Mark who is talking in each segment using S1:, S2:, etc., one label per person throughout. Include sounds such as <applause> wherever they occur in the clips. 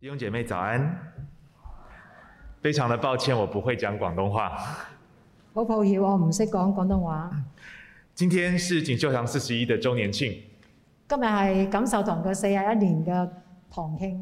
S1: 弟兄姐妹早安！非常的抱歉，我不会讲广东话。
S2: 好抱歉，我唔識講廣東話。
S1: 今天是锦绣堂四十一的周年庆，
S2: 今日係錦秀堂嘅四十一年嘅堂慶，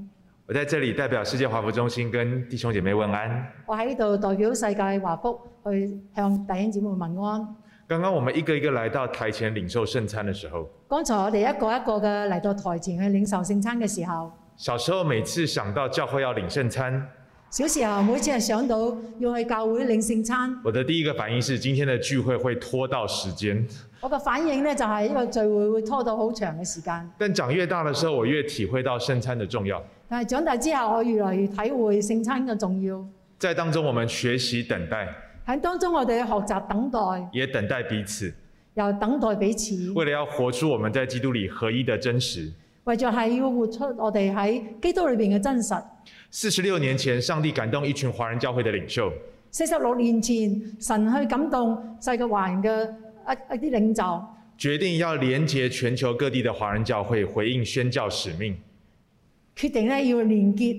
S1: 我在这里代表世界华服中心跟弟兄姐妹问安。
S2: 我喺度代表世界華福去向弟兄姊妹問安。
S1: 刚刚我们一个一个来到台前领受圣餐的时候，
S2: 剛才我哋一個一個嘅嚟到台前去領受聖餐嘅時候，
S1: 小时候每次想到教会要领圣餐，
S2: 小時候每次係想到要去教會領聖餐，
S1: 我的第一个反应是今天的聚会会拖到时间。
S2: 我嘅反應呢就係呢個聚會會拖到好長嘅時間。
S1: 但长越大的时候，我越体会到圣餐的重要。
S2: 但係長大之後，我越來越體會聖餐嘅重要。
S1: 在当中，我们学习等待，
S2: 喺當中，我哋去學習等待，
S1: 也等待彼此，
S2: 又等待彼此。
S1: 为了要活出我们在基督里合一的真实。
S2: 為咗係要活出我哋喺基督裏邊嘅真實。
S1: 四十六年前，上帝感动一群华人教会的领袖，
S2: 四十六年前，神去感動世界華人嘅一一啲領袖，
S1: 决定要连结全球各地的华人教会，回应宣教使命。
S2: 決定咧要連結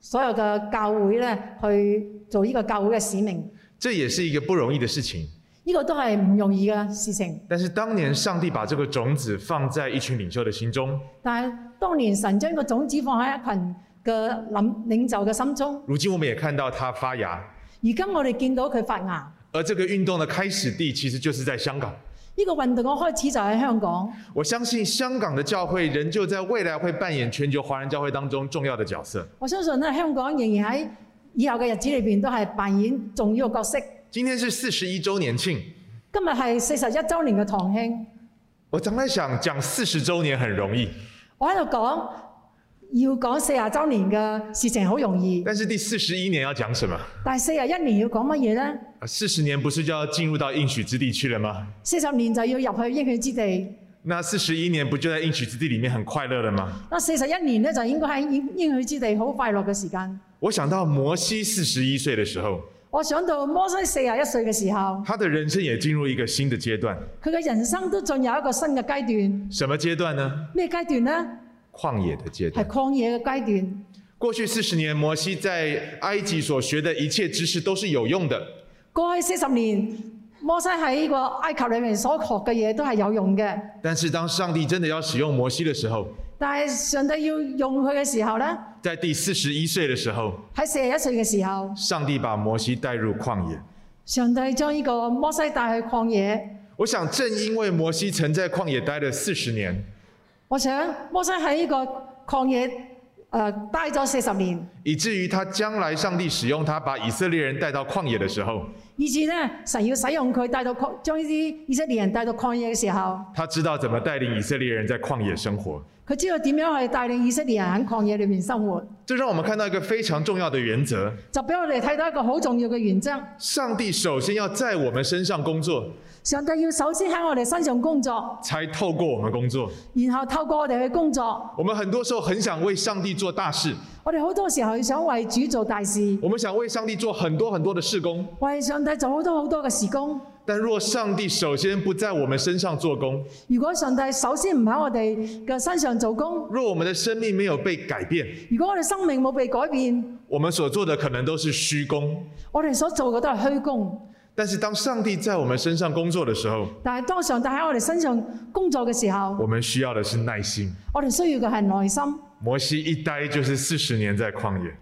S2: 所有嘅教會咧去做呢個教會嘅使命。
S1: 这也是一个不容易的事情。
S2: 呢、個都係唔容易嘅事情。
S1: 但是当年上帝把这个种子放在一群领袖的心中，
S2: 但係當年神將個種子放喺一群嘅領領袖嘅心中，
S1: 如今我们也看到它发芽。
S2: 而今我哋見到佢發芽。
S1: 而这个运动的开始地其实就是在香港。
S2: 呢、個運動嘅開始就喺香港。
S1: 我相信香港的教会仍旧在未来会扮演全球华人教会当中重要的角色。
S2: 我相信咧，香港仍然喺以後嘅日子裏邊都係扮演重要嘅角色。
S1: 今天是四十一周年庆，
S2: 今日係四十一週年嘅堂慶，
S1: 我常在想，讲四十周年很容易，
S2: 我喺度講要講四十週年嘅事情好容易，
S1: 但是第四十一年要讲什么？
S2: 但係四十一年要講乜嘢呢？
S1: 呃四十年不是就要进入到应许之地去了吗？
S2: 四十年就要入去應許之地，
S1: 那四十一年不就在应许之地里面很快樂了吗？
S2: 嗱四十一年咧就應該喺應應許之地好快樂嘅時間。
S1: 我想到摩西四十一岁的时候，
S2: 我想到摩西四十一歲嘅時候，
S1: 他的人生也进入一个新的阶段，
S2: 佢嘅人生都進入一個新嘅階段，
S1: 什么阶段呢？
S2: 咩階段呢？
S1: 旷野的阶
S2: 係
S1: 段。
S2: 曠野嘅階段。
S1: 过去四十年，摩西在埃及所学的一切知识都是有用的，
S2: 過去四十年，摩西喺呢個埃及裏面所學嘅嘢都係有用嘅，
S1: 但是当上帝真的要使用摩西的时候，
S2: 但係上帝要用佢嘅時候呢，
S1: 在第四十一岁的时候，
S2: 喺四十一歲嘅時候。
S1: 上帝把摩西带入旷野。
S2: 上帝將呢個摩西帶去曠野，
S1: 我想，正因为摩西曾在旷野待了四十年，
S2: 我想摩西喺呢個曠野誒待咗四十年，
S1: 以至于他将来上帝使用他把以色列人带到旷野的时候，
S2: 以至呢神要使用佢帶到曠，將呢啲以色列人帶到曠野嘅時候，
S1: 他知道怎么带领以色列人在旷野生活。
S2: 佢知道點樣去帶領以色列人喺曠野裏面生活，
S1: 这让我们看到一个非常重要的原则：
S2: 就俾我哋睇到一個好重要嘅原則。
S1: 上帝首先要在我们身上工作，
S2: 上帝要首先喺我哋身上工作，
S1: 才透过我们工作。
S2: 然後透過我哋去工作。
S1: 我们很多时候很想为上帝做大事，
S2: 我哋好多時候要想為主做大事，
S1: 我们想为上帝做很多很多的事工。
S2: 為上帝做好多好多嘅事工。
S1: 但若上帝首先不在我们身上做工，
S2: 如果上帝首先唔喺我哋嘅身上做工，
S1: 若我们的生命没有被改变，
S2: 如果我哋生命冇被改變，
S1: 我们所做的可能都是虚功。
S2: 我哋所做嘅都係虛功。
S1: 但是当上帝在我们身上工作的时候，
S2: 但係當上帝喺我哋身上工作嘅時候，
S1: 我们需要的是耐心。
S2: 我哋需要嘅係耐心。
S1: 摩西一待就是四十年在旷野，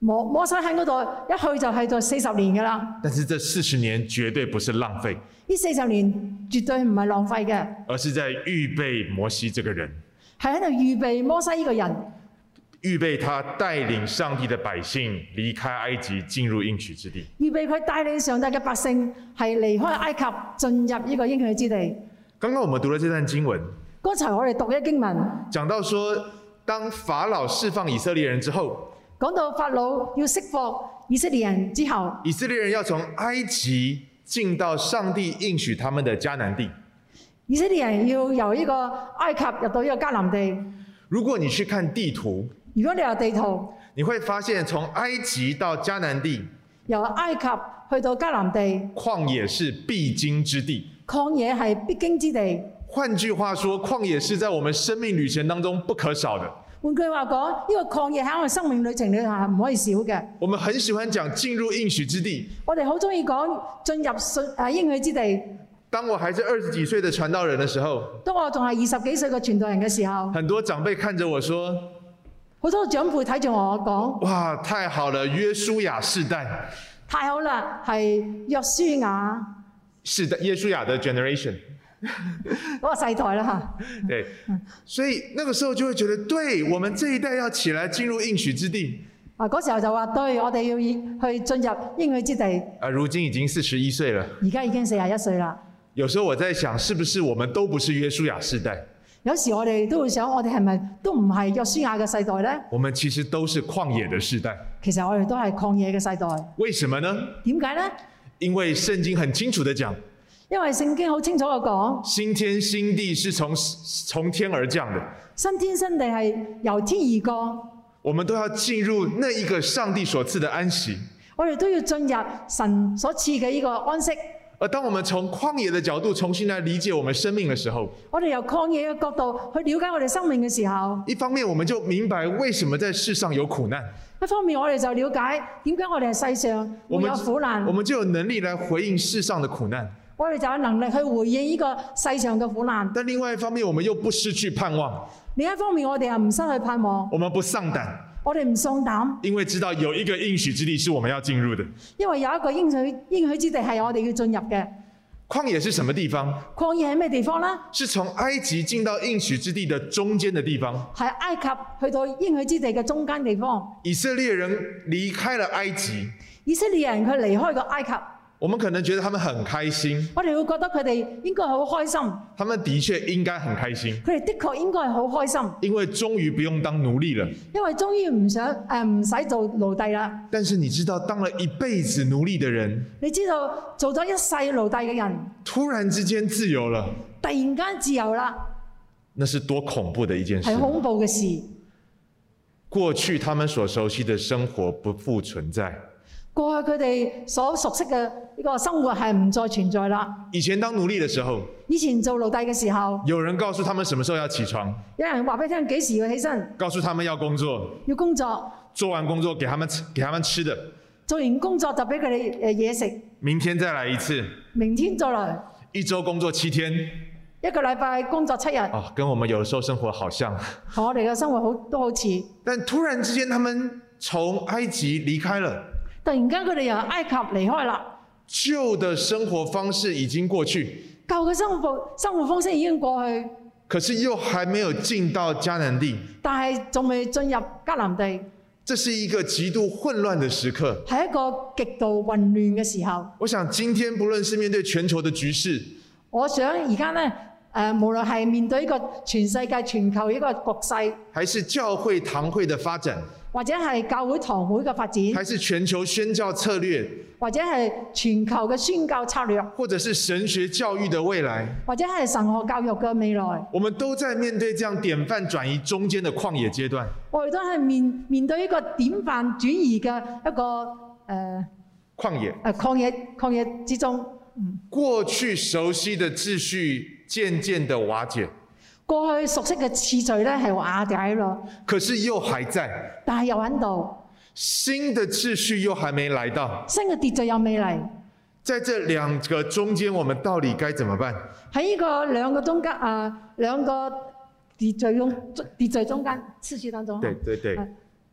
S2: 摩摩西喺嗰度一去就係到四十年㗎啦。
S1: 但是这四十年绝对不是浪费，
S2: 呢四十年絕對唔係浪費嘅，
S1: 而是在预备摩西这个人，
S2: 係喺度預備摩西呢個人，
S1: 预备他带领上帝的百姓离开埃及，进入应许之地。
S2: 預備佢帶領上帝嘅百姓係離開埃及，進入呢個應許之地。
S1: 刚刚我们读了这段经文，
S2: 剛才我哋讀一經文，
S1: 讲到说，当法老释放以色列人之后，
S2: 講到法老要釋放以色列人之後，
S1: 以色列人要从埃及进到上帝应许他们的迦南地。
S2: 以色列人要由呢個埃及入到呢個迦南地。
S1: 如果你去看地图，
S2: 如果你有地圖，
S1: 你会发现从埃及到迦南地，
S2: 由埃及去到迦南地，
S1: 旷野是必经之地。
S2: 曠野係必經之地。
S1: 换句话说，旷野是在我们生命旅程当中不可少的。
S2: 換句話講，呢、個抗疫喺我哋生命旅程裏下唔可以少嘅。
S1: 我们很喜欢讲进入应许之地。
S2: 我哋好中意講進入信啊應許之地。
S1: 当我还是二十几岁的传道人的时候，
S2: 當我仲係二十幾歲嘅傳道人嘅時候，
S1: 很多長輩看着我说
S2: 好多長輩睇住我講：：“
S1: 哇，太好了，约书亚世代，
S2: 太好啦，係約書亞
S1: 世代耶稣亚的 generation。
S2: 嗰個世代啦嚇。”
S1: 对，所以那个时候就会觉得，对我们这一代要起来进入应许之地。
S2: 啊嗰時候就話對，我哋要以去進入應許之地。
S1: 啊，如今已经四十一岁了。
S2: 而家已經四十一歲啦，
S1: 有时候我在想，是不是我们都不是约书亚世代？
S2: 有時我哋都會想，我哋係咪都唔係約書亞嘅世代呢？
S1: 我们其实都是旷野的世代。
S2: 其實我哋都係抗野嘅世代。
S1: 为什么呢？
S2: 點解呢？
S1: 因为圣经很清楚的讲，
S2: 因為聖經好清楚嘅講，
S1: 新天新地是从从天而降的，
S2: 新天新地係由天而降，
S1: 我们都要进入那一个上帝所赐的安息。
S2: 我哋都要進入神所賜嘅呢個安息。
S1: 而当我们从旷野的角度重新来理解我们生命的时候，
S2: 我哋由抗野嘅角度去了解我哋生命嘅時候，
S1: 一方面我们就明白为什么在世上有苦难，
S2: 一方面我哋就了解點解我哋係世上
S1: 我
S2: 會
S1: 們
S2: 有苦難
S1: 我，们就有能力来回應世上的苦难；
S2: 我哋就有能力去回應呢個世上嘅苦難。
S1: 但另外一方面，我们又不失去盼望，
S2: 另一方面，我哋又唔失去盼望，
S1: 我们不丧胆，
S2: 我哋唔喪膽。
S1: 因为知道有一个应许之地是我们要进入的。
S2: 因為有一個應許應許之地係我哋要進入嘅。
S1: 旷野是什么地方？
S2: 曠野係咩地方呢？
S1: 是从埃及进到应许之地的中间的地方。
S2: 係埃及去到應許之地嘅中間地方。
S1: 以色列人离开了埃及，
S2: 以色列人佢離開個埃及，
S1: 我們可能觉得他们很开心，
S2: 我哋會覺得佢哋應該好開心，
S1: 他们的确应该很开心，
S2: 佢哋的確應該係好開心，
S1: 因为终于不用当奴隶了。
S2: 因為終於唔想誒唔使做奴隸啦。
S1: 但是你知道，当了一辈子奴隶的人，
S2: 你知道做咗一世奴隸嘅人，
S1: 突然之间自由了，
S2: 突然間自由啦，
S1: 那是多恐怖的一件事
S2: 係！恐怖嘅事。
S1: 过去他们所熟悉的生活不复存在。
S2: 過去佢哋所熟悉嘅呢個生活係唔再存在啦。
S1: 以前当奴隶的时候，
S2: 以前做奴隸嘅時候，
S1: 有人告诉他们什么时候要起床，
S2: 有人話俾你聽幾時要起身，
S1: 告诉他们要工作，
S2: 要工作。
S1: 做完工作给他们吃，给他们吃的，
S2: 做完工作就俾佢哋誒嘢食，
S1: 明天再来一次，
S2: 明天再來
S1: 一周工作七天
S2: 一個禮拜工作七日，
S1: 啊、跟我们有的时候生活好像。
S2: 同我哋嘅生活好都好似。
S1: 但突然之间，他们从埃及离开了，
S2: 突然間佢哋由埃及離開啦，
S1: 旧的生活方式已经过去，
S2: 舊嘅生活生活方式已經過去，
S1: 可是又还没有进到迦南地，
S2: 但係仲未進入迦南地，
S1: 这是一个极度混乱的时刻。
S2: 係一個極度混亂嘅時候。
S1: 我想，今天不论是面对全球的局势，
S2: 我想而家呢，誒、呃無論係面對一個全世界全球一個局勢，
S1: 还是教会堂会的发展，
S2: 或者係教會堂會嘅發展，
S1: 还是全球宣教策略，
S2: 或者係全球嘅宣教策略，
S1: 或者是神学教育的未来，
S2: 或者係神學教育嘅未來。
S1: 我们都在面对这样典范转移中间的旷野阶段。
S2: 我哋都係面面對一個典範轉移嘅一個誒
S1: 旷野，
S2: 誒抗野抗野之中，
S1: 过去熟悉的秩序渐渐的瓦解，
S2: 過去熟悉嘅次序咧係瓦解咯，
S1: 可是又还在，
S2: 但係又喺度，
S1: 新的秩序又还没来到。
S2: 新嘅秩序又未嚟。
S1: 在这两个中间，我们到底该怎么办？
S2: 喺呢個兩個中間啊、兩個秩序中秩序中間次序當中，啊
S1: 对对对。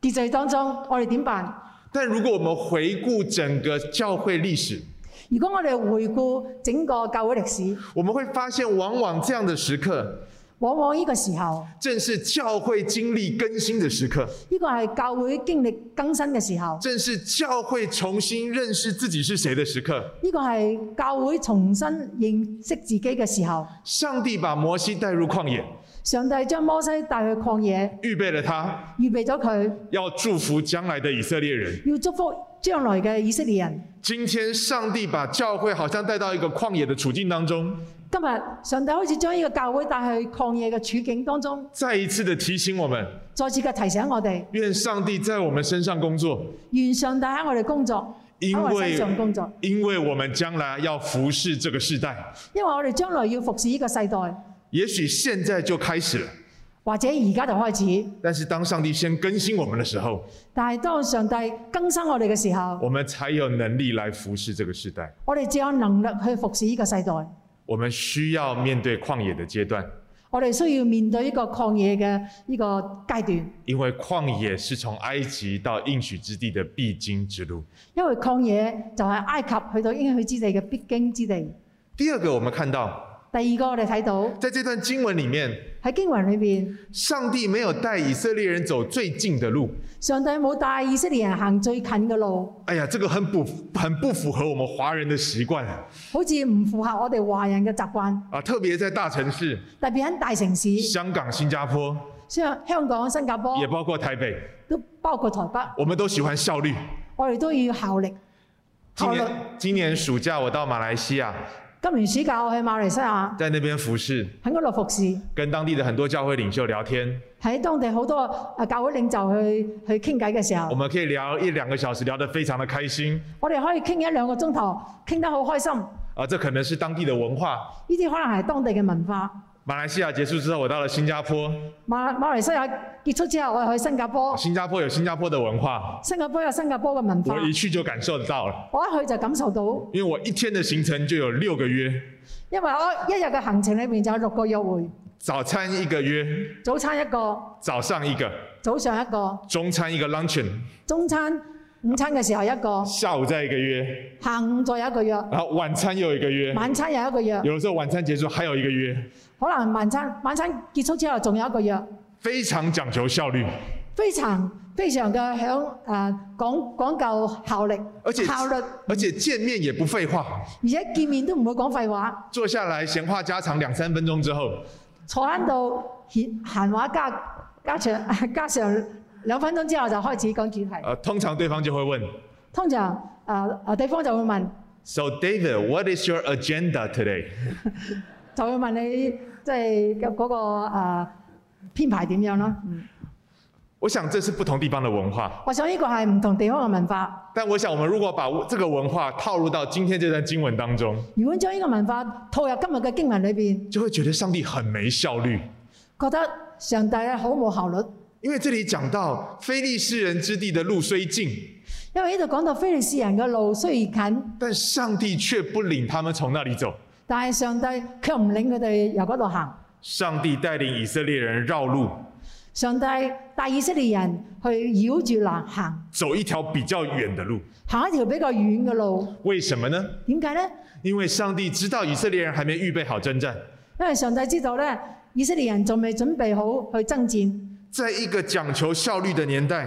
S2: 秩序當中，我哋點辦？
S1: 但如果我们回顾整个教会历史，
S2: 如果我哋回顧整個教會歷史，
S1: 我们会发现，往往这样的时刻，
S2: 往往呢個時候，
S1: 正是教会经历更新的时刻，
S2: 呢、個係教會經歷更新嘅時候，
S1: 正是教会重新认识自己是谁的时刻。
S2: 呢、個係教會重新認識自己嘅時候。
S1: 上帝把摩西带入旷野，
S2: 上帝將摩西帶去曠野，
S1: 预备了他，
S2: 預備咗佢
S1: 要祝福将来的以色列人。
S2: 要祝福將來嘅以色列人。
S1: 今天，上帝把教会好像带到一个旷野的处境当中，
S2: 今日上帝好似將呢個教會帶去曠野嘅處境當中，
S1: 再一次的提醒我们：
S2: 再次嘅提醒我哋，
S1: 愿上帝在我们身上工作，
S2: 願上帝喺我哋工作，
S1: 因
S2: 喺我哋身
S1: 为
S2: 上工作，
S1: 因为我们将来要服侍这个世代。
S2: 因為我哋將來要服侍呢個世代。
S1: 也许现在就开始了。
S2: 或者而家就開始。
S1: 但是当上帝先更新我们的时候，
S2: 但係當上帝更新我哋嘅時候，
S1: 我们才有能力来服侍这个世代。
S2: 我哋只有能力去服侍呢個世代。
S1: 我们需要面对旷野的阶段，
S2: 我哋需要面對呢個曠野嘅呢個階段，
S1: 因为旷野是从埃及到应许之地的必经之路。
S2: 因為曠野就係埃及去到應許之地嘅必經之地。
S1: 第二个，我们看到，
S2: 第二個我哋睇到
S1: 在这段经文里面，
S2: 喺經文裏邊，
S1: 上帝没有带以色列人走最近的路。
S2: 上帝冇帶以色列人行最近嘅路，
S1: 哎呀，这个很不很不符合我们华人的习惯啊
S2: 好似唔符合我哋華人嘅習慣，
S1: 啊！特别在大城市，
S2: 特別喺大城市，
S1: 香港、新加坡，
S2: 像香港、新加坡
S1: 也包括台北，
S2: 都包括台北，
S1: 我们都喜欢效率。
S2: 我哋都要效力。
S1: 今
S2: 好
S1: 年
S2: 了
S1: 今年暑假我到马来西亚，
S2: 今年暑假我去馬來西亞
S1: 在那边服侍，
S2: 喺嗰度服侍。
S1: 跟當地的很多教会领袖聊天，
S2: 喺當地好多啊教會領袖去去傾偈嘅時
S1: 我
S2: 候，
S1: 们可以聊一兩個小時，聊得非常的開心
S2: 我哋可以傾一兩個鐘頭，傾得好開心。呢
S1: 啊！这可能是當地的文化。
S2: 啲可能係當地嘅文化。
S1: 馬來西亞結束之後，我到了新加坡，
S2: 馬馬來西亞結束之後，我哋去新加坡，
S1: 新加坡有新加坡的文化，
S2: 新加坡有新加坡嘅文化
S1: 我。一去就感受得到了，
S2: 我一去就感受到，
S1: 因為我一天的行程就有六個約，
S2: 因為我一日嘅行程裏面就有六個約會，
S1: 早餐一個約，
S2: 早餐一個，
S1: 早上一個，
S2: 早上一個，
S1: 中餐一個 luncheon，
S2: 中餐、午餐嘅時候一個，
S1: 下午再一個約，
S2: 下午再有一個約，
S1: 然後晚餐又有一個約，
S2: 晚餐又一個約，
S1: 有的時候晚餐結束還有一個約，
S2: 可能晚餐晚餐結束之後仲有一個約。
S1: 非常講求效率。
S2: 非常非常嘅響誒講講究效力，
S1: 而且
S2: 效率，
S1: 而且見面也不廢話，
S2: 而且見面都唔會講廢話，
S1: 坐下來閒話家常兩三分鐘之後，
S2: 坐喺度閒閒話加加 <laughs> 長加上兩分鐘之後就開始講主題。
S1: 呃，通常對方就會問
S2: 通常誒誒、呃對方就會問，
S1: ：“So David, what is your agenda today？”
S2: 就會問你即係嗰、個誒、呃、編排點樣咯。嗯
S1: 我想這是不同地方的文化，
S2: 我想呢個係唔同地方嘅文化。
S1: 但我想我們如果把這個文化套入到今天這段經文當中，
S2: 如果將呢個文化套入今日嘅經文裏邊，
S1: 就會覺得上帝很沒效率，
S2: 覺得上帝咧好冇效率。
S1: 因為這裡講到非利士人之地的路雖近，
S2: 因為呢度講到非利士人嘅路雖然近，
S1: 但上帝卻不領他們從那裡走，
S2: 但係上帝卻唔領佢哋由嗰度行。
S1: 上帝帶領以色列人繞路，
S2: 上帝帶以色列人去繞住南行，
S1: 走一條比較遠的路。
S2: 行一條比較遠嘅路。
S1: 為什麼呢？
S2: 點解呢？
S1: 因為上帝知道以色列人還沒預備好征戰，
S2: 因為上帝知道咧，以色列人仲未準備好去爭戰，
S1: 在一個講求效率的年代，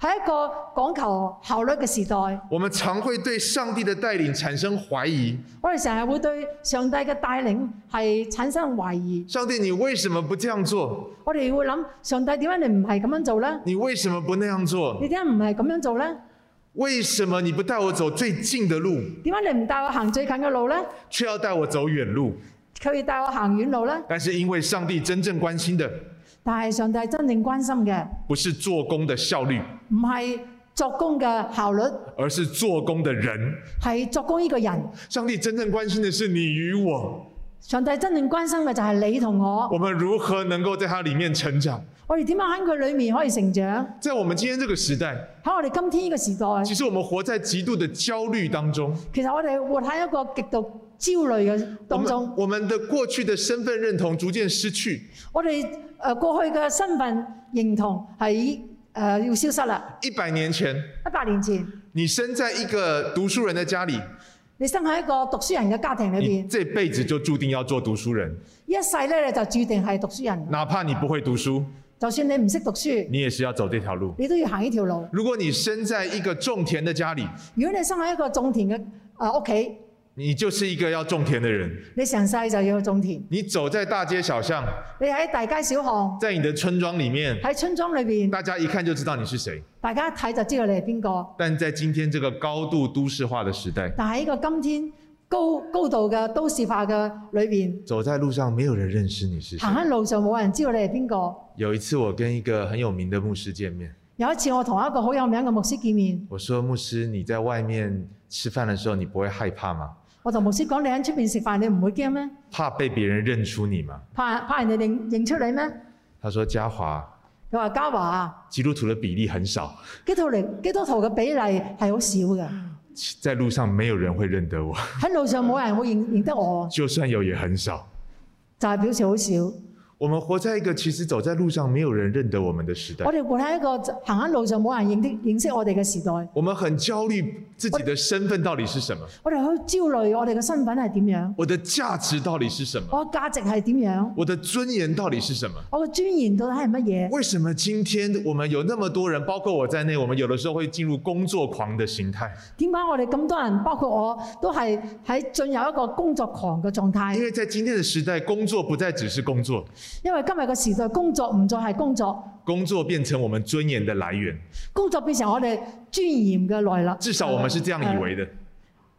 S2: 喺一個講求效率嘅時代，
S1: 我們常會對上帝的帶領產生懷疑。
S2: 我哋成日會對上帝嘅帶領係產生懷疑。
S1: 上帝，你為什麼不這樣做？
S2: 我哋會諗：上帝點解你唔係咁樣做呢？
S1: 你為什麼不那樣做？
S2: 你點解唔係咁樣做呢？
S1: 為什麼你不帶我走最近的路，
S2: 點解你唔帶我行最近嘅路呢？
S1: 卻要帶我走遠路？
S2: 佢要帶我行遠路呢？
S1: 但是因為上帝真正關心的
S2: 但係上帝真正關心嘅。
S1: 不是做工的效率，
S2: 唔係作工嘅效率，
S1: 而是做工的人。
S2: 係作工呢個人。
S1: 上帝真正關心的是你與我，
S2: 上帝真正關心嘅就係你同我，
S1: 我們如何能夠在它裡面成長？
S2: 我哋點樣喺佢裏面可以成長？
S1: 在我們今天這個時代，
S2: 喺我哋今天呢個時代，
S1: 其实我们活在极度的焦慮当中，
S2: 其實我哋活喺一個極度焦慮嘅
S1: 我
S2: 當中
S1: 们，我们的過去的身份認同逐漸失去，
S2: 我哋誒過去嘅身份認同係誒要消失啦。
S1: 一百年前，
S2: 一百年前，
S1: 你生在一個讀書人的家裡，
S2: 你生喺一個讀書人嘅家庭裏
S1: 你
S2: 邊，
S1: 這輩子就注定要做讀書人，
S2: 一世咧你就注定係讀書人。
S1: 哪怕你不會讀書，
S2: 就算你唔識讀書，
S1: 你也是要走這條路。
S2: 你都要行呢條路。
S1: 如果你生在一個種田的家裡，
S2: 如果你生喺一個種田嘅啊誒屋企，
S1: 你就是一個要種田的人。
S2: 你成世就要種田。
S1: 你走在大街小巷，
S2: 你喺大街小巷，
S1: 在你的村莊裡面，
S2: 喺村莊裏邊，
S1: 大家一看就知道你是誰。
S2: 大家一睇就知道你係邊個。
S1: 但在今天這個高度都市化的時代，
S2: 但喺呢個今天高高度嘅都市化嘅裏邊，
S1: 走在路上沒有人認識你是誰
S2: 行。喺路上冇人知道你係邊個。
S1: 有一次，我跟一個很有名的牧師見面，
S2: 有一次我同一個好有名嘅牧師見面，
S1: 我說：“牧師，你在外面吃飯的時候，你不會害怕嗎？
S2: 我同牧師講：你喺出邊食飯，你唔會驚咩？
S1: 怕被別人認出你嗎
S2: 怕怕人哋認認出你咩？？”
S1: 他说：“嘉华，
S2: 佢話嘉華啊，
S1: 基督徒的比例很少，
S2: 基督徒基督徒嘅比例係好少嘅，
S1: 在路上没有人會認得我，
S2: 喺路上冇人會認認得我，
S1: 就算有也很少。
S2: 就係、表示好少。
S1: 我們活在一個其實走在路上沒有人認得我們的時代
S2: 我，哋活喺一個行喺路上冇人認得認識我哋嘅時代，
S1: 我們很焦慮自己的身份到底是什麼，
S2: 我哋好焦慮，我哋嘅身份係點樣，
S1: 我的價值到底是什麼，
S2: 我嘅價值係點樣，
S1: 我的尊嚴到底是什麼。”
S2: 我嘅尊嚴到底係乜嘢？
S1: 為什麼今天我們有那麼多人，包括我在內，我們有的時候會進入工作狂的形態？
S2: 點解我哋咁多人，包括我，都係喺進入一個工作狂嘅狀態
S1: 因？為在今天的時代，工作不再只是工作，
S2: 因為今日嘅時代，工作唔再係工作，
S1: 工作變成我們尊嚴的來源。
S2: 工作變成我哋尊嚴嘅來啦。
S1: 至少我們是這樣以為的，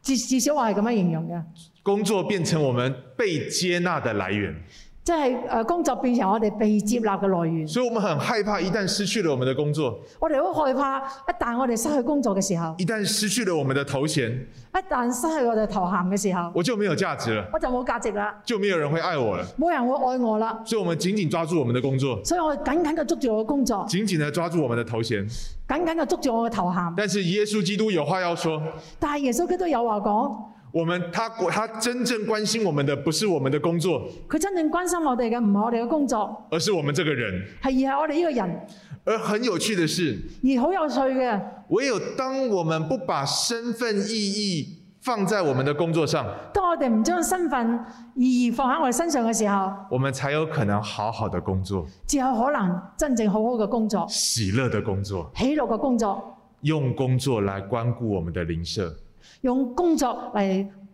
S2: 至至少我係咁樣形容嘅，
S1: 工作變成我們被接納的來源。
S2: 即係誒工作變成我哋被接納嘅來源。
S1: 所以我們很害怕，一旦失去了我們的工作，
S2: 我哋好害怕，一旦我哋失去工作嘅時候，
S1: 一旦失去了我們的頭銜，
S2: 一旦失去我哋頭銜嘅時候，
S1: 我就沒有價值了，
S2: 我就冇價值啦，
S1: 就沒有人會愛我了。
S2: 冇人會愛我啦。
S1: 所以，我們緊緊抓住我們的工作，
S2: 所以我緊緊嘅捉住我嘅工作，
S1: 緊緊的抓住我們的頭銜。
S2: 緊緊嘅捉住我嘅頭銜。
S1: 但是，耶穌基督有話要說。
S2: 但係耶穌基督有話講，
S1: 我們他他真正關心我們的不是我們的工作，
S2: 佢真正關心我哋嘅唔係我哋嘅工作，
S1: 而是我們這個人。
S2: 係而係我哋呢個人。
S1: 而很有趣的是，
S2: 而好有趣嘅，
S1: 唯有當我們不把身份意義放在我們的工作上，
S2: 當我哋唔將身份意義放喺我哋身上嘅時候，
S1: 我們才有可能好好的工作，
S2: 至有可能真正好好嘅工作、
S1: 喜樂的工作，
S2: 喜樂嘅工作，
S1: 用工作來關顧我們的鄰舍，
S2: 用工作嚟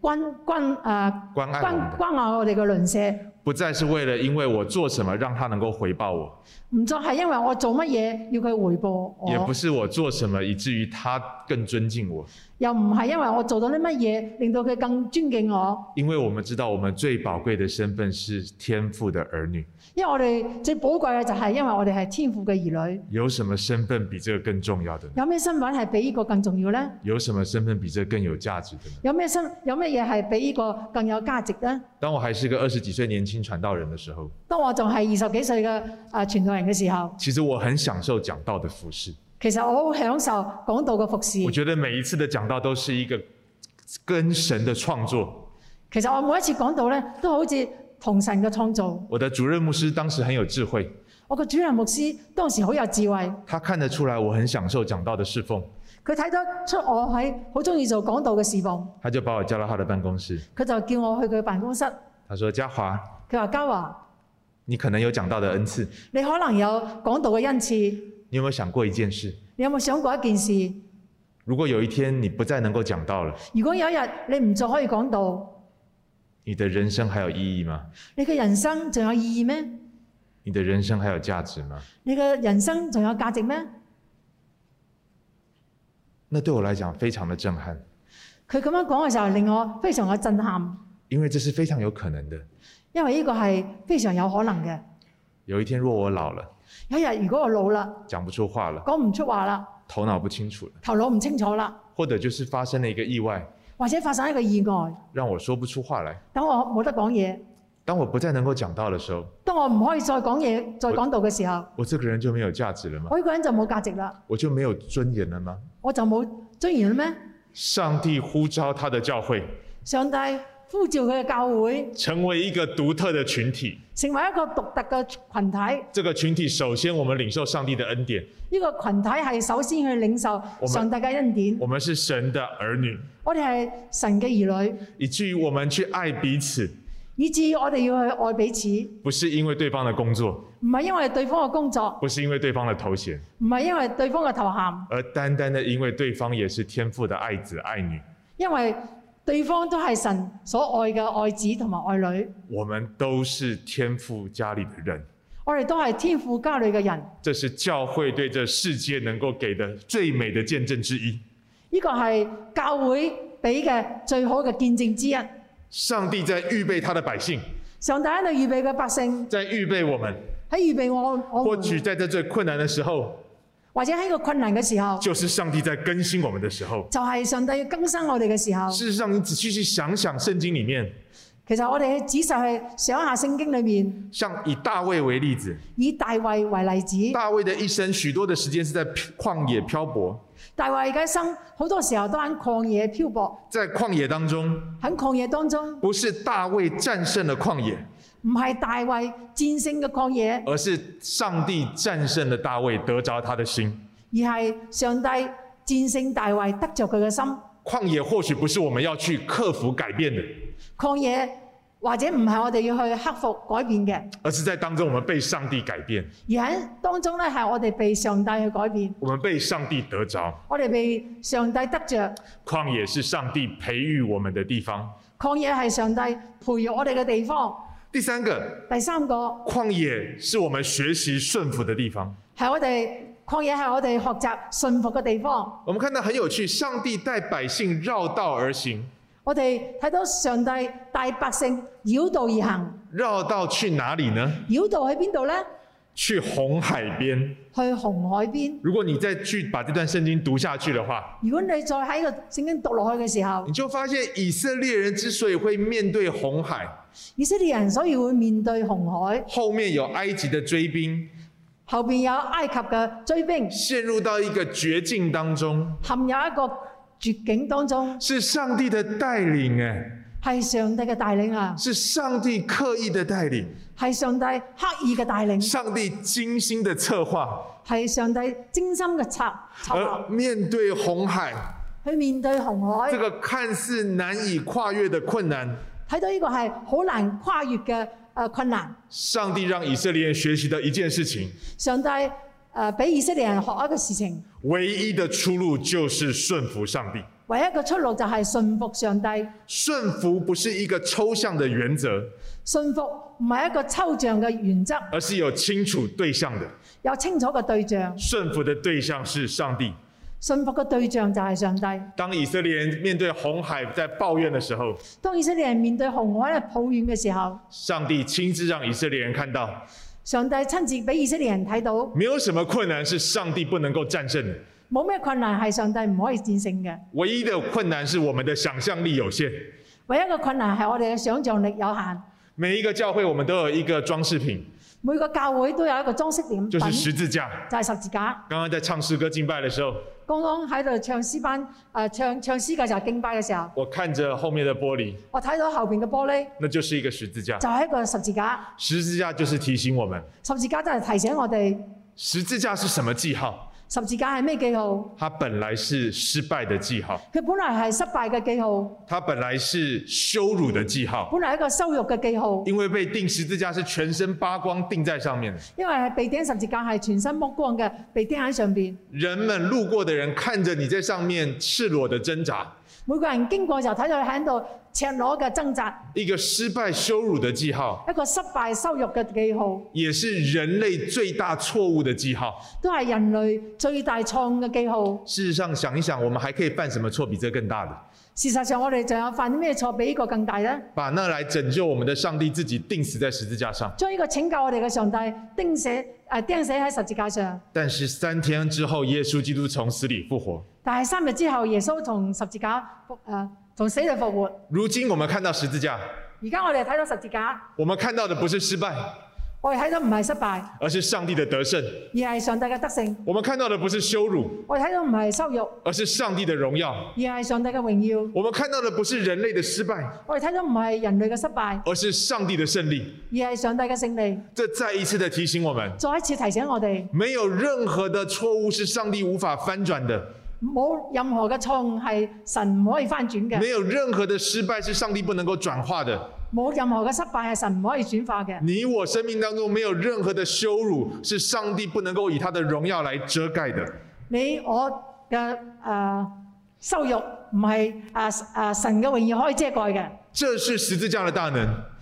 S2: 關關誒、呃、
S1: 關愛我們
S2: 關
S1: 的，
S2: 關愛我哋嘅鄰舍，
S1: 不再是為了因為我做什麼讓他能夠回報我，
S2: 唔再係因為我做乜嘢要佢回報
S1: 也
S2: 我
S1: 不，是我做什麼以至於他更尊敬我，
S2: 又唔係因為我做到啲乜嘢令到佢更尊敬我。
S1: 因為我們知道我們最寶貴的身份是天父的兒女。
S2: 因為我哋最寶貴嘅就係因為我哋係天父嘅兒女，
S1: 有什麼身份比這個更重要的呢？
S2: 有咩身份係比呢個更重要呢？
S1: 有什麼身份比這更有價值的呢？
S2: 有咩身有咩嘢係比呢個更有價值呢？
S1: 當我還是個二十幾歲年輕傳道人的時候，
S2: 當我仲係二十幾歲嘅啊傳道人嘅時候，
S1: 其實我很享受講道的服侍。
S2: 其實我好享受講道嘅服
S1: 我
S2: 侍。
S1: 覺得每一次的講道都是一個跟神的創作。
S2: 其實我每一次講道咧，都好似同神嘅創造。
S1: 我的主任牧師當時很有智慧，
S2: 我個主任牧師當時好有智慧，
S1: 他看得出來我很享受講道的侍奉，
S2: 佢睇得出我係好中意做講道嘅侍奉，
S1: 他就把我叫到他的辦公室，
S2: 佢就叫我去佢辦公室。
S1: 他說：“嘉華，
S2: 佢話：嘉華，
S1: 你可能有講道的恩賜，
S2: 你可能有講道嘅恩賜，
S1: 你有沒有想過一件事？
S2: 你有冇想過一件事？
S1: 如果有一天你不再能夠講道了，
S2: 如果有一日你唔再可以講道，
S1: 你的人生還有意義嗎？
S2: 你嘅人生仲有意義咩？
S1: 你的人生還有價值嗎？”
S2: 你嘅人生仲有價值咩？
S1: 那對我來講非常的震撼，
S2: 佢咁樣講嘅時候，令我非常有震撼，
S1: 因為這是非常有可能的。
S2: 因為呢個係非常有可能嘅。
S1: 有一天若我老了，
S2: 有一日如果我老啦，
S1: 講不出話了，
S2: 講唔出話啦，
S1: 頭腦不清楚了，
S2: 頭腦唔清楚啦，
S1: 或者就是發生了一個意外，
S2: 或者發生一個意外，
S1: 讓我說不出話來。
S2: 等我冇得講嘢，
S1: 當我不再能夠講道的時候，
S2: 當我唔可以再講嘢、再講道嘅時候，
S1: 我這個人就沒有價值了嗎？
S2: 我呢個人就冇價值啦，
S1: 我就沒有尊嚴了嗎？
S2: 我就冇尊嚴啦咩？
S1: 上帝呼召他的教會
S2: 上帝呼召佢嘅教會
S1: 成為一個獨特的群體，
S2: 成為一個獨特嘅群體。
S1: 這個群體首先我們領受上帝的恩典，
S2: 呢個群體係首先去領受
S1: 我們
S2: 上帝嘅恩典，
S1: 我們是神的兒女，
S2: 我哋係神嘅兒女，
S1: 以至於我們去愛彼此，
S2: 以致我哋要去愛彼此，
S1: 不是因為對方的工作，
S2: 唔係因為對方嘅工作，
S1: 不是因為對方的頭銜。
S2: 唔係因為對方嘅頭銜，
S1: 而单单的因为对方也是天父的爱子爱女，
S2: 因為對方都係神所愛嘅愛子同埋愛女，
S1: 我们都是天父家里的人。
S2: 我哋都係天父家裏嘅人。
S1: 这是教会对这世界能够给的最美的见证之一。
S2: 呢個係教會俾嘅最好嘅見證之一。
S1: 上帝在預備他的百姓，
S2: 上帝喺度預備嘅百姓，
S1: 在預備我们。
S2: 喺預備我我
S1: 或
S2: 們
S1: 许在这最困難的時候，
S2: 或者喺個困難嘅時候，
S1: 就是上帝在更新我們的時候。
S2: 就係、上帝要更新我哋嘅時候。
S1: 事實上，你仔細去想想聖經裡面，
S2: 其實我哋去仔細去想下聖經裏面，
S1: 像以大卫为例子，
S2: 以大衛為例子，
S1: 大卫的一生许多的时间是在旷野漂泊，
S2: 大衛嘅一生好多時候都喺曠野漂泊，
S1: 在旷野当中，
S2: 喺曠野當中，
S1: 不是大卫战胜了旷野，
S2: 唔係大衛戰勝嘅曠野，
S1: 而是上帝战胜了大卫，得着他的心。
S2: 而係上帝戰勝大衛，得着佢嘅心。
S1: 旷野或许不是我们要去克服改变的，
S2: 曠野或者唔係我哋要去克服改變嘅，
S1: 而是在当中我们被上帝改变，
S2: 而喺當中咧係我哋被上帝去改變，
S1: 我们被上帝得着。
S2: 我哋被上帝得着。
S1: 旷野是上帝培育我们的地方。
S2: 曠野係上帝培育我哋嘅地方。
S1: 第三个，
S2: 第三個
S1: 旷野是我们学习顺服的地方。
S2: 係我哋曠野係我哋學習信服嘅地方。
S1: 我们看到很有趣，上帝带百姓绕道而行，
S2: 我哋睇到上帝帶百姓繞道而行，
S1: 绕道去哪里呢？
S2: 繞道喺邊度呢？
S1: 去红海边。
S2: 去紅海邊。
S1: 如果你再去把这段圣经讀下去的话，
S2: 如果你再喺個聖經讀落去嘅時候，
S1: 你就发現以色列人之所以会面對红海，
S2: 以色列人所以會面對紅海，
S1: 后面有埃及的追兵，
S2: 後邊有埃及嘅追兵，
S1: 陷入到一个绝境当中，
S2: 陷入一個絕境當中，
S1: 是上帝的带领，哎，
S2: 係上帝嘅帶領啊，
S1: 是上帝刻意的带领，
S2: 係上帝刻意嘅帶領，
S1: 上帝精心的策划。
S2: 係上帝精心嘅策策劃
S1: 而面對红海
S2: 去面對紅海
S1: 这。个看似难以跨越的困难，
S2: 睇到呢個係好難跨越嘅誒困難。
S1: 上帝让以色列人学习的一件事情，
S2: 上帝誒俾以色列人學一個事情，
S1: 唯一的出路就是顺服上帝。
S2: 唯一嘅出路就係信服上帝。
S1: 顺服不是一个抽象的原则，
S2: 信服唔係一個抽象嘅原則，
S1: 而是有清楚对象的。
S2: 有清楚嘅對象。
S1: 顺服的对象是上帝。
S2: 信服嘅對象就係上帝。
S1: 当以色列人面对红海在抱怨的时候，
S2: 當以色列人面對紅海咧抱怨嘅時候，
S1: 上帝亲自让以色列人看到，
S2: 上帝親自俾以色列人睇到
S1: 没有什么困难是上帝不能够战胜的，
S2: 冇咩困難係上帝唔可以戰勝嘅。
S1: 唯一的困难是我们的想象力有限。
S2: 唯一嘅困難係我哋嘅想像力有限。
S1: 每一个教会我们都有一个装饰品，
S2: 每個教會都有一個裝飾點
S1: 就是
S2: 品，
S1: 十字架。
S2: 就係十字架。
S1: 刚刚在唱诗歌敬拜的时候，
S2: 剛剛喺度唱詩班，誒、呃唱唱詩嘅時候敬拜嘅時候，
S1: 我看着后面的玻璃，
S2: 我睇到後邊嘅玻璃
S1: 那就是一个十字架。
S2: 就係、一個十字架，
S1: 十字架就是提醒我们，
S2: 十字架真係提醒我哋，
S1: 十字架是什么记号？
S2: 十字架係咩記號？
S1: 它本来是失败的记号，
S2: 佢本來係失敗嘅記號，
S1: 它本来是羞辱的记号，
S2: 本來係一個羞辱嘅記號，
S1: 因为被钉十字架是全身扒光钉在上面的。
S2: 因為係被釘十字架係全身剝光嘅，被釘喺上邊。
S1: 人们路过的人看着你在上面赤裸的挣扎，
S2: 每個人經過就睇到佢喺度赤裸嘅掙扎，
S1: 一个失败羞辱的记号，
S2: 一個失敗羞辱嘅記號，
S1: 也是人类最大错误的记号。
S2: 都係人類最大錯誤嘅記號。
S1: 事实上，想一想，我们还可以犯什么錯比这更大的？
S2: 事實上，我哋仲有犯啲咩錯比呢個更大呢？
S1: 把那来拯救我们的上帝自己钉死在十字架上，
S2: 將呢個拯救我哋嘅上帝釘死誒、呃、釘死喺十字架上。
S1: 但是三天之后，耶穌基督从死里复活。
S2: 但係三日之後，耶穌從十字架復誒從死裏復活。
S1: 如今我们看到十字架，
S2: 而家我哋睇到十字架，
S1: 我们看到的不是失败，
S2: 我哋睇到唔係失敗，
S1: 而是上帝的得胜；
S2: 而係上帝嘅德性。
S1: 我们看到的不是羞辱，
S2: 我哋睇到唔係羞辱，
S1: 而是上帝的荣耀；
S2: 而係上帝嘅榮耀。
S1: 我们看到的不是人类的失败，
S2: 我哋睇到唔係人類嘅失敗，
S1: 而是上帝的胜利。
S2: 而係上帝嘅勝利。
S1: 这再一次的提醒我们，
S2: 再一次提醒我哋，
S1: 没有任何的错误是上帝无法翻转的，
S2: 冇任何嘅錯誤係神唔可以翻轉嘅，
S1: 没有任何的失败是上帝不能够转化的。
S2: 冇任何嘅失敗係神唔可以轉化嘅。
S1: 你我生命当中没有任何的羞辱是上帝不能够以他的荣耀来遮盖的。
S2: 你我嘅誒、呃羞辱唔係誒誒神嘅榮耀可以遮蓋嘅。
S1: 这是十字架的大能，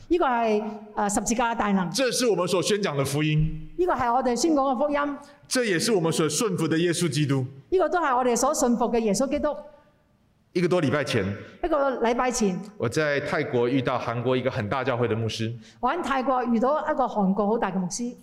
S2: 呢個係誒十字架嘅大能，
S1: 这是我们所宣讲的福音，
S2: 呢個係我哋宣講嘅福音，
S1: 这也是我们所顺服的耶稣基督。
S2: 呢個都係我哋所信服嘅耶穌基督。
S1: 一个多礼拜前，
S2: 一個禮拜前，
S1: 我在泰国遇到韩国一个很大教会的牧师，
S2: 我喺泰國遇到一個韓國好大嘅牧師，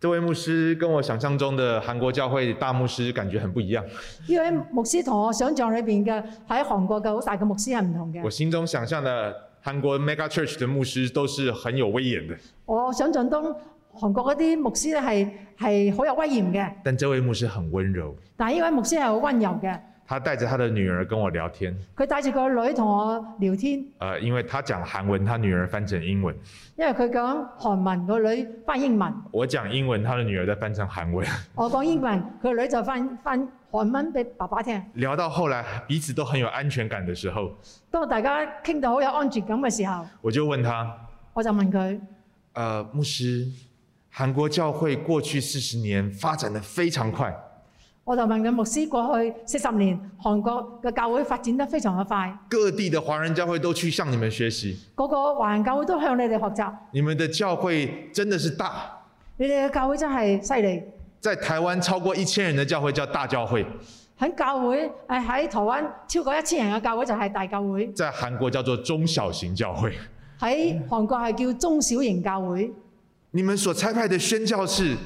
S1: 这位牧师跟我想象中的韩国教会大牧师感觉很不一样。
S2: 呢位牧師同我想象裏邊嘅喺韓國嘅好大嘅牧師係唔同
S1: 我
S2: 嘅。
S1: 心中想象的韩国 mega church 的牧师都是很有威严的，
S2: 我想象當韓國嗰啲牧師咧係係好有威嚴嘅，
S1: 但这位牧师很温柔，
S2: 但係呢位牧師係好温柔嘅。
S1: 他帶着他的女儿跟我聊天，
S2: 佢帶住個女同我聊天，
S1: 呃，因为他講韓文，他女儿翻成英文；
S2: 因為佢講韓文，個女翻英文；
S1: 我講英文，他的女儿再翻成韓文。 <laughs>
S2: 我講英文，佢個女就翻翻韓文俾爸爸聽。
S1: 聊到後來，彼此都很有安全感的時候，
S2: 當大家傾到好有安全感嘅時候，
S1: 我就問他，
S2: 我就問佢：
S1: 呃，牧师，韓國教會過去四十年發展得非常快，
S2: 我就問佢牧師過去四十年韓國嘅教會發展得非常嘅快，
S1: 各地的華人教會都去向你們學習，
S2: 個個華人教會都向你哋學習，
S1: 你們的教會真的是大，
S2: 你哋嘅教會真係犀利。
S1: 在台灣超過一千人的教會叫大教會，
S2: 喺教會誒喺台灣超過一千人嘅教會就係大教會，
S1: 在韓國叫做中小型教會。
S2: 喺韓國係叫中小型教會。
S1: 你們所差派的宣教士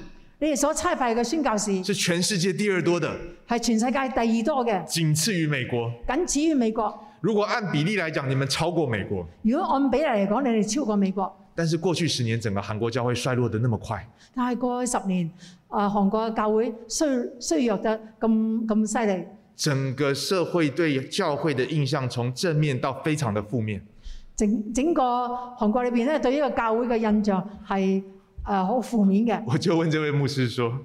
S2: 你哋所差派嘅宣教士
S1: 是全世界第二多的，
S2: 係全世界第二多嘅，
S1: 僅次於美國。
S2: 僅次於美國。
S1: 如果按比例來講，你們超過美國。
S2: 如果按比例嚟講，你哋超過美國。
S1: 但是過去十年，整個韓國教會衰落得那麼快，
S2: 但係過去十年，啊、韓國嘅教會衰衰弱得咁咁犀利，
S1: 整個社會對教會的印象從正面到非常的負面。
S2: 整整個韓國裏邊咧對呢個教會嘅印象係誒好負面嘅。
S1: 我就問這位牧師說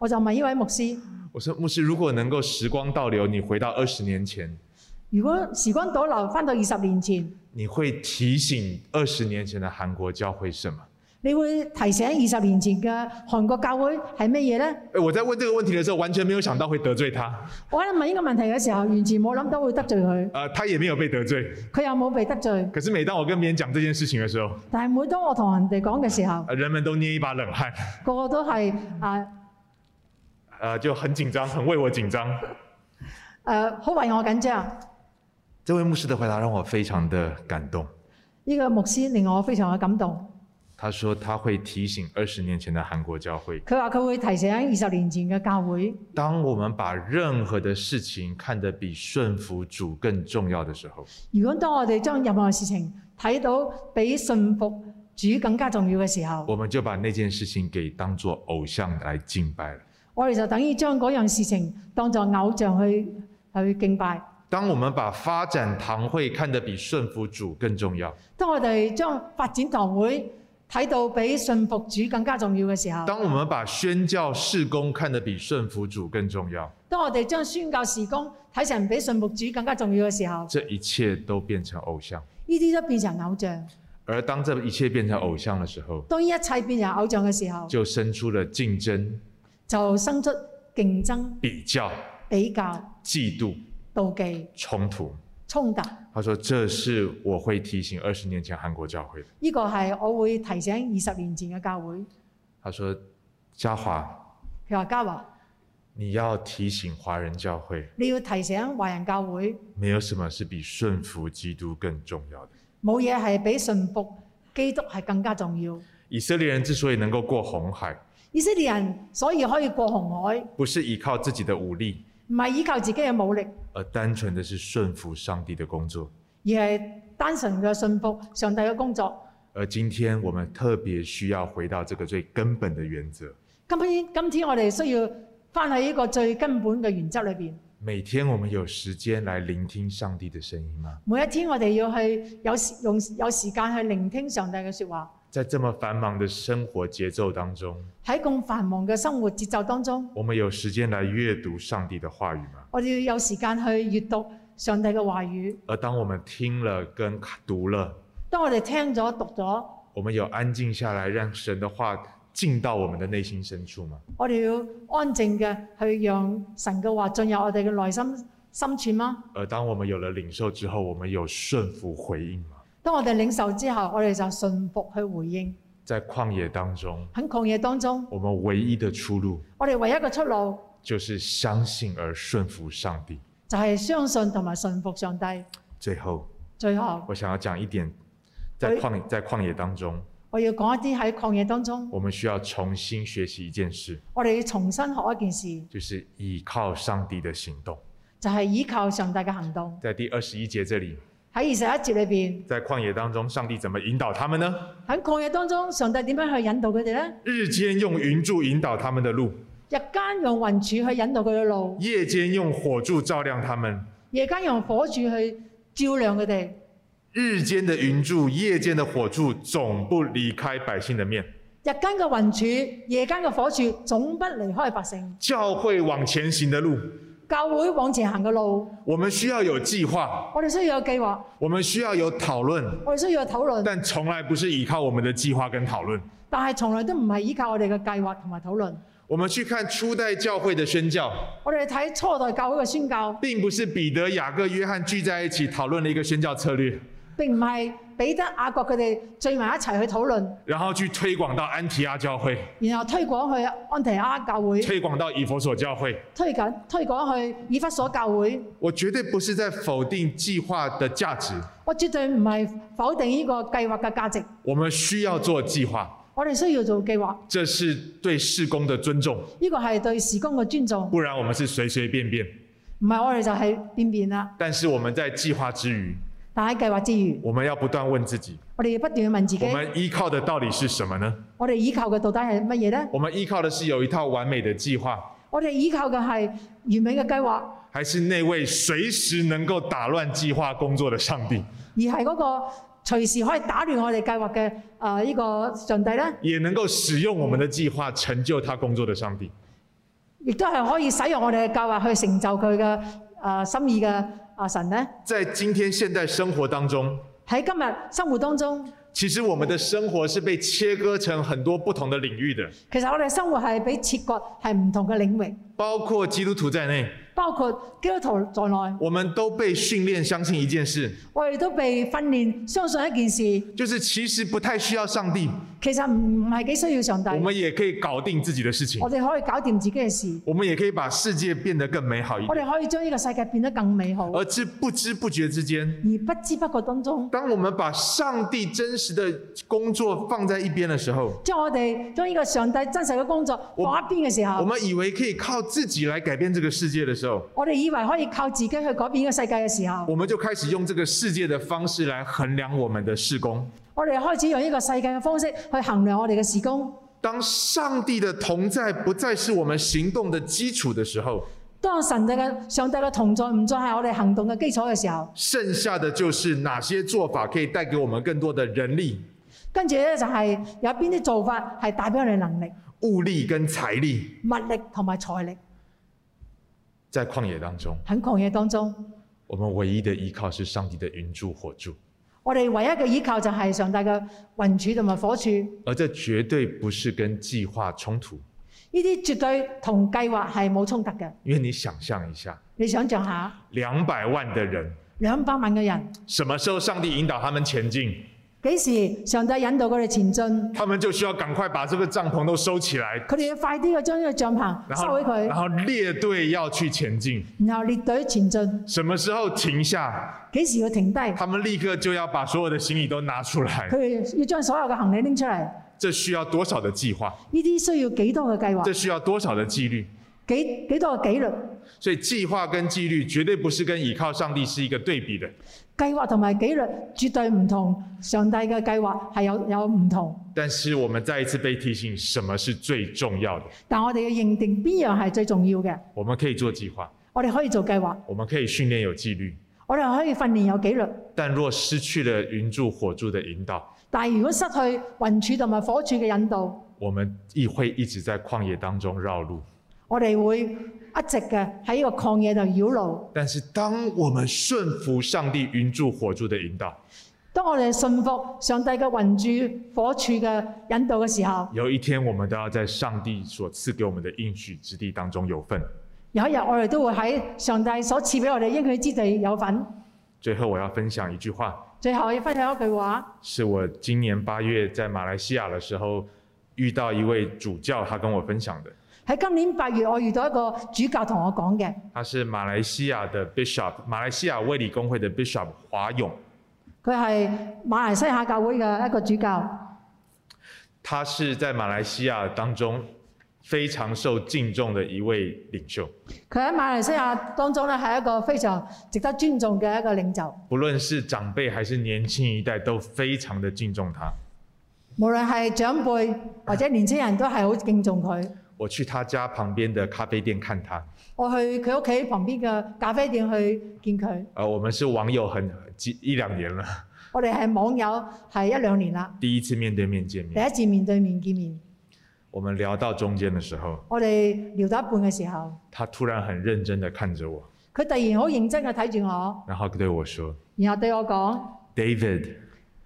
S2: 我就問呢位牧師：：“
S1: 我說牧師，如果能夠時光倒流，你回到二十年前，
S2: 如果時光倒流翻到二十年前，
S1: 你會提醒二十年前的韓國教會什麼
S2: 你會提醒二十年前嘅韓國教會係乜嘢呢？？”
S1: 哎我在問這個問題的時候，完全沒有想到會得罪他，
S2: 我喺度問呢個問題嘅時候，完全冇諗到會得罪佢，
S1: 呃，他也沒有被得罪。
S2: 佢又冇被得罪。
S1: 可是每當我跟別人講這件事情的時候，
S2: 但係每當我同人哋講嘅時候，
S1: 呃人們都捏一把冷汗，
S2: 個個都係啊
S1: 呃，就很緊張，很為我緊張。
S2: 誒好為我緊張。
S1: 这位牧师的回答让我非常的感動。
S2: 呢、個牧師令我非常嘅感動。
S1: 他说他会提醒二十年前的韓國教會，
S2: 佢話佢會提醒二十年前嘅教會，
S1: 当我们把任何的事情看得比顺服主更重要的時候，
S2: 如果當我哋將任何事情睇到比信服主更加重要嘅時候，
S1: 我们就把那件事情给当做偶像来敬拜了。
S2: 我哋就等於將嗰樣事情當作偶像去去敬拜。
S1: 当我们把发展堂会看得比顺服主更重要，
S2: 當我哋將發展堂會睇到比信服主更加重要嘅時候，
S1: 当我们把宣教事工看得比顺服主更重要，
S2: 當我哋將宣教事工睇成比信服主更加重要嘅時候，
S1: 这一切都变成偶像。
S2: 呢啲都變成偶像。
S1: 而當这一切變成偶像的時候，
S2: 當呢一切變成偶像嘅時候，
S1: 就生出了競爭、
S2: 就生出競爭、
S1: 比較、
S2: 比較、
S1: 嫉妒、
S2: 妒忌、
S1: 衝突。
S2: 衝突。
S1: 他说：“这是我会提醒二十年前韓國教会的。
S2: 呢個係我會提醒二十年前嘅教會。”
S1: 他说：“嘉華，
S2: 佢話嘉華，
S1: 你要提醒華人教会，
S2: 你要提醒華人教會，
S1: 沒有什麼是比順服基督更重要的。
S2: 冇嘢係比信服基督係更加重要。
S1: 以色列人之所以能夠過紅海，
S2: 以色列人所以可以過紅海，
S1: 不是依靠自己的武力，
S2: 唔係依靠自己嘅武力，
S1: 而單純的是順服上帝的工作。
S2: 而係單純嘅信服上帝嘅工作。
S1: 而今天我們特別需要回到這個最根本的原則。”
S2: 今天今天我哋需要翻去呢個最根本嘅原則裏邊。
S1: 每天我们有时间来聆聽上帝的聲音嗎？
S2: 每一天我哋要去有時用有時間去聆聽上帝嘅説話。
S1: 在這麼繁忙的生活節奏當中，
S2: 喺咁繁忙嘅生活節奏當中，
S1: 我們有時間來閱讀上帝的話語嗎？
S2: 我哋要有時間去閱讀上帝嘅話語。
S1: 而當我們聽了跟讀了，
S2: 當我哋聽咗讀咗，
S1: 我們有安靜下來，讓神的話進到我們的內心深處嗎？
S2: 我哋要安靜嘅去讓神嘅話進入我哋嘅內心深處嗎？
S1: 而當我們有了領受之後，我們有順服回應嗎？
S2: 當我哋領受之後，我哋就信服去回應。
S1: 在曠野當中，
S2: 喺曠野當中，
S1: 我們唯一的出路
S2: 我哋唯一嘅出路
S1: 就是相信而順服上帝。
S2: 就係相信同埋信服上帝。
S1: 最後，
S2: 最後，
S1: 我想要講一點，在曠野在曠野當中。
S2: 我要講一啲喺曠野當中，
S1: 我们需要重新学习一件事，
S2: 我哋要重新學一件事，
S1: 就是依靠上帝的行动。
S2: 就係、依靠上帝嘅行動。
S1: 在第二十一节这里，
S2: 喺二十一節裏邊，
S1: 在旷野当中，上帝怎么引导他们呢？
S2: 喺曠野當中，上帝點樣去引導佢哋呢？
S1: 日间用云柱引导他们的路，
S2: 日間用雲柱去引導佢嘅路，
S1: 夜间用火柱照亮他们。
S2: 夜間用火柱去照亮佢哋。
S1: 日间的云柱，夜间的火柱，总不离开百姓的面。
S2: 日間嘅雲柱，夜間嘅火柱，總不離開百姓。
S1: 教会往前行的路，
S2: 教會往前行嘅路，
S1: 我们需要有计划，
S2: 我哋需要有計劃，
S1: 我们需要有讨论，
S2: 我哋需要有討論，
S1: 但从来不是依靠我们的计划跟讨论。
S2: 但係從來都唔係依靠我哋嘅計劃同埋討論。
S1: 我们去看初代教会的宣教，
S2: 我哋睇初代教會嘅宣教，
S1: 并不是彼得、雅各、约翰聚在一起讨论了一个宣教策略，
S2: 並唔係彼得、雅各佢哋聚埋一齊去討論，
S1: 然后去推广到安提阿教會、
S2: 然後推廣去安提阿教會，
S1: 推廣到以佛所教會。
S2: 推緊推廣去以弗所教會。
S1: 我绝对不是在否定计划的价值，
S2: 我絕對唔係否定呢個計劃嘅價值，
S1: 我们需要做计划，
S2: 我哋需要做計劃，
S1: 这是对事工的尊重，
S2: 呢個係對時工嘅尊重，
S1: 不然我们是随随便便。
S2: 唔係我哋就係變變啦。
S1: 但是我们在计划之余，
S2: 但喺計劃之餘，
S1: 我们要不断问自己：
S2: 我哋要不斷去問自
S1: 我
S2: 己，
S1: 们依靠的到底是什么呢？
S2: 我哋依靠嘅到底係乜嘢呢？
S1: 我们依靠的是有一套完美的计划，
S2: 我哋依靠嘅係完美嘅計劃，
S1: 还是那位随时能够打乱计划工作的上帝，
S2: 而係嗰個隨時可以打亂我哋計劃嘅誒呢個上帝呢，
S1: 也能够使用我们的计划成就他工作的上帝？
S2: 亦都係可以使用我哋嘅計劃去成就佢嘅誒心意嘅啊神呢。
S1: 在今天现代生活当中，
S2: 喺今日生活當中，
S1: 其实我们的生活是被切割成很多不同的领域的，
S2: 其實我哋生活係俾切割係唔同嘅領域。
S1: 包括基督徒在内，
S2: 包括基督徒在內，
S1: 我们都被训练相信一件事，
S2: 我哋都被訓練相信一件事，
S1: 就是其实不太需要上帝，
S2: 其實唔係幾需要上帝
S1: 我，们也可以搞定自己的事情
S2: 我，哋可以搞掂自己嘅事，
S1: 我们也可以把世界变得更美好一
S2: 我
S1: 点。
S2: 哋可以將呢個世界變得更美好。而
S1: 而知不知不觉之间，
S2: 不知不覺當中，
S1: 当我们把上帝真实的工作放在一边的时候，
S2: 將我哋將呢個上帝真實嘅工作放一邊嘅時
S1: 我
S2: 候，
S1: 们以为可以靠自己来改变这个世界的时候，
S2: 我哋以為可以靠自己去改變呢個世界嘅時候，
S1: 我们就开始用这个世界的方式来衡量我们的事工。
S2: 我哋開始用呢個世界嘅方式去衡量我哋嘅事工。
S1: 当上帝的同在不再是我们行动的基础的时候，
S2: 當神帝嘅上帝嘅同在唔再係我哋行動嘅基礎嘅時候，
S1: 剩下的就是哪些做法可以带给我们更多的人力、
S2: 跟住咧就係有邊啲做法係帶俾我哋能力、
S1: 物力跟财力，
S2: 物力同埋財力。
S1: 在旷野当中，
S2: 喺狂野當中，
S1: 我们唯一的依靠是上帝的云柱火柱，
S2: 我哋唯一嘅依靠就係上帝嘅雲柱同埋火柱，呢
S1: 而这绝对不是跟计划冲突。
S2: 啲絕對同計劃係冇衝突嘅。
S1: 因为你想象一下，
S2: 你想象下，
S1: 两百万的人，
S2: 兩百萬嘅人，
S1: 什么時候上帝引导他们前进，
S2: 幾時上帝引導佢哋前進，
S1: 他们就需要赶快把这个帐篷都收起来，
S2: 佢哋要快啲去將呢個帳篷
S1: 然
S2: 收
S1: 后
S2: 起
S1: 然
S2: 佢，
S1: 后列队要去前进。
S2: 然後列隊前進。
S1: 什么时候停下，
S2: 幾時要停低？佢
S1: 他们立刻就要把所有的行李都拿出来。
S2: 哋要將所有嘅行李拎出嚟。呢
S1: 这需要多少的计划？
S2: 啲需要幾多嘅計劃
S1: 这？需要多少的纪律？
S2: 幾幾多嘅紀律？
S1: 所以计划跟纪律绝对不是跟倚靠上帝是一个对比的。
S2: 計劃同埋紀律絕對唔同。上帝嘅計劃係有有唔同，
S1: 但是我们再一次被提醒，什么是最重要的？
S2: 但我哋要認定邊樣係最重要嘅。
S1: 我们可以做计划，
S2: 我哋可以做計劃。
S1: 我们可以训练有纪律，
S2: 我哋可以訓練有紀律，
S1: 但若失去了云柱火柱的引导，
S2: 但係如果失去雲柱同埋火柱嘅引導，
S1: 我们亦会一直在旷野当中绕路。
S2: 我哋會一直嘅喺呢個曠野度繞路。
S1: 但是当我们顺服上帝云柱火柱的引导，
S2: 當我哋信服上帝嘅雲柱、火柱嘅引導嘅時候，
S1: 有一天我们都要在上帝所赐给我们的应许之地当中有份。
S2: 有一日我哋都會喺上帝所賜俾我哋應許之地有份。
S1: 最后我要分享一句话，
S2: 最後要分享一句話，
S1: 是我今年八月在马来西亚的时候遇到一位主教，他跟我分享的。
S2: 喺今年八月我遇到一個主教同我講嘅，
S1: 他是马来西亚的 Bishop，马来西亚卫理公会的 Bishop 华勇，
S2: 佢係馬來西亞教會嘅一個主教，
S1: 他是在马来西亚当中非常受敬重的一位领袖，
S2: 佢喺馬來西亞當中咧係一個非常值得尊重嘅一個領袖，
S1: 不论是长辈还是年轻一代，都非常的敬重他。
S2: 無論係長輩或者年青人都係好敬重佢。
S1: 我去他家旁边的咖啡店看他，
S2: 我去佢屋企旁邊嘅咖啡店去見佢，
S1: 呃，我们是网友很几一两年了， <laughs>
S2: 我哋係網友係一兩年啦，
S1: 第一次面对面见
S2: 第
S1: 面，
S2: 一次面對面見面，
S1: 我们聊到中间的时候，
S2: 我哋聊到一半嘅時候，
S1: 他突然很认真的看着我，
S2: 佢突然好認真嘅睇住我，
S1: 然后对我说
S2: 然後對我講
S1: ：“David，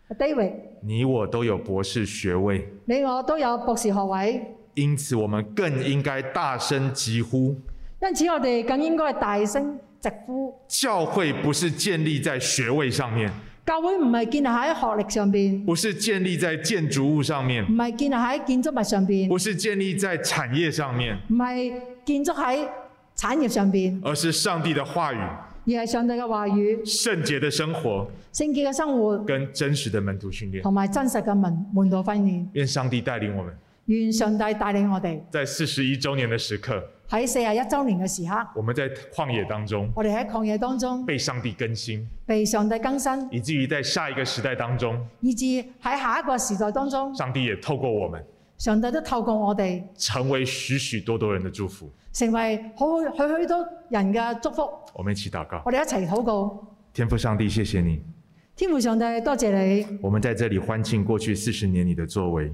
S2: ：David，
S1: 你我都有博士学位，
S2: 你我都有博士學位，
S1: 因此我们更应该大声疾呼。
S2: 因此我哋更應該係大聲直呼。
S1: 教会不是建立在学位上面，
S2: 教會唔係建立喺學歷上邊，
S1: 不是建立在建筑物上面
S2: 唔，係建立喺建築物上邊，
S1: 不是建立在产业上面，
S2: 唔係建築喺產業上邊，
S1: 而是上帝的话语、
S2: 而係上帝嘅話語、
S1: 圣洁的生活
S2: 聖潔嘅生活
S1: 跟真实的门徒训练。
S2: 同埋真實嘅門門徒訓練。
S1: 愿上帝带领我们，
S2: 願上帝帶領我哋
S1: 在四十一周年的时刻，
S2: 喺四十一週年嘅時刻，
S1: 我们在旷野当中
S2: 我哋喺曠野當中
S1: 被上帝更新，
S2: 被上帝更新，
S1: 以至于在下一个时代当中，
S2: 以至喺下一個時代當中，
S1: 上帝也透过我们
S2: 上帝都透過我哋
S1: 成为许许多多人的祝福。
S2: 成為好好許許多人嘅祝福。
S1: 我们一起祷告，
S2: 我哋一齊禱告，
S1: 天父上帝，谢谢你，
S2: 天父上帝，多謝你，
S1: 我们在这里欢庆过去四十年你的作为。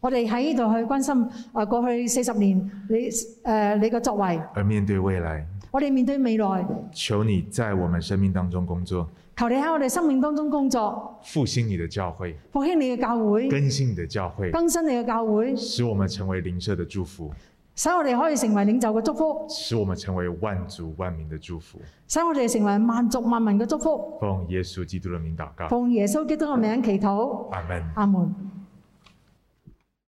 S2: 我哋喺呢度去關心啊過去四十年你誒、呃你嘅作為，
S1: 而面对未来，
S2: 我哋面對未來，
S1: 求你在我们生命当中工作，
S2: 求你喺我哋生命當中工作，
S1: 复兴你的教会，
S2: 復興你嘅教會，
S1: 更新你的教会，
S2: 更新你嘅教會，
S1: 使我们成为灵舍的祝福，
S2: 使我哋可以成為領袖嘅祝福，
S1: 使我们成为万族万民的祝福。
S2: 使我哋成為萬族萬民嘅祝福。
S1: 奉耶稣基督的名祷告，
S2: 奉耶穌基督嘅名祈禱，
S1: 阿门。
S2: 阿門。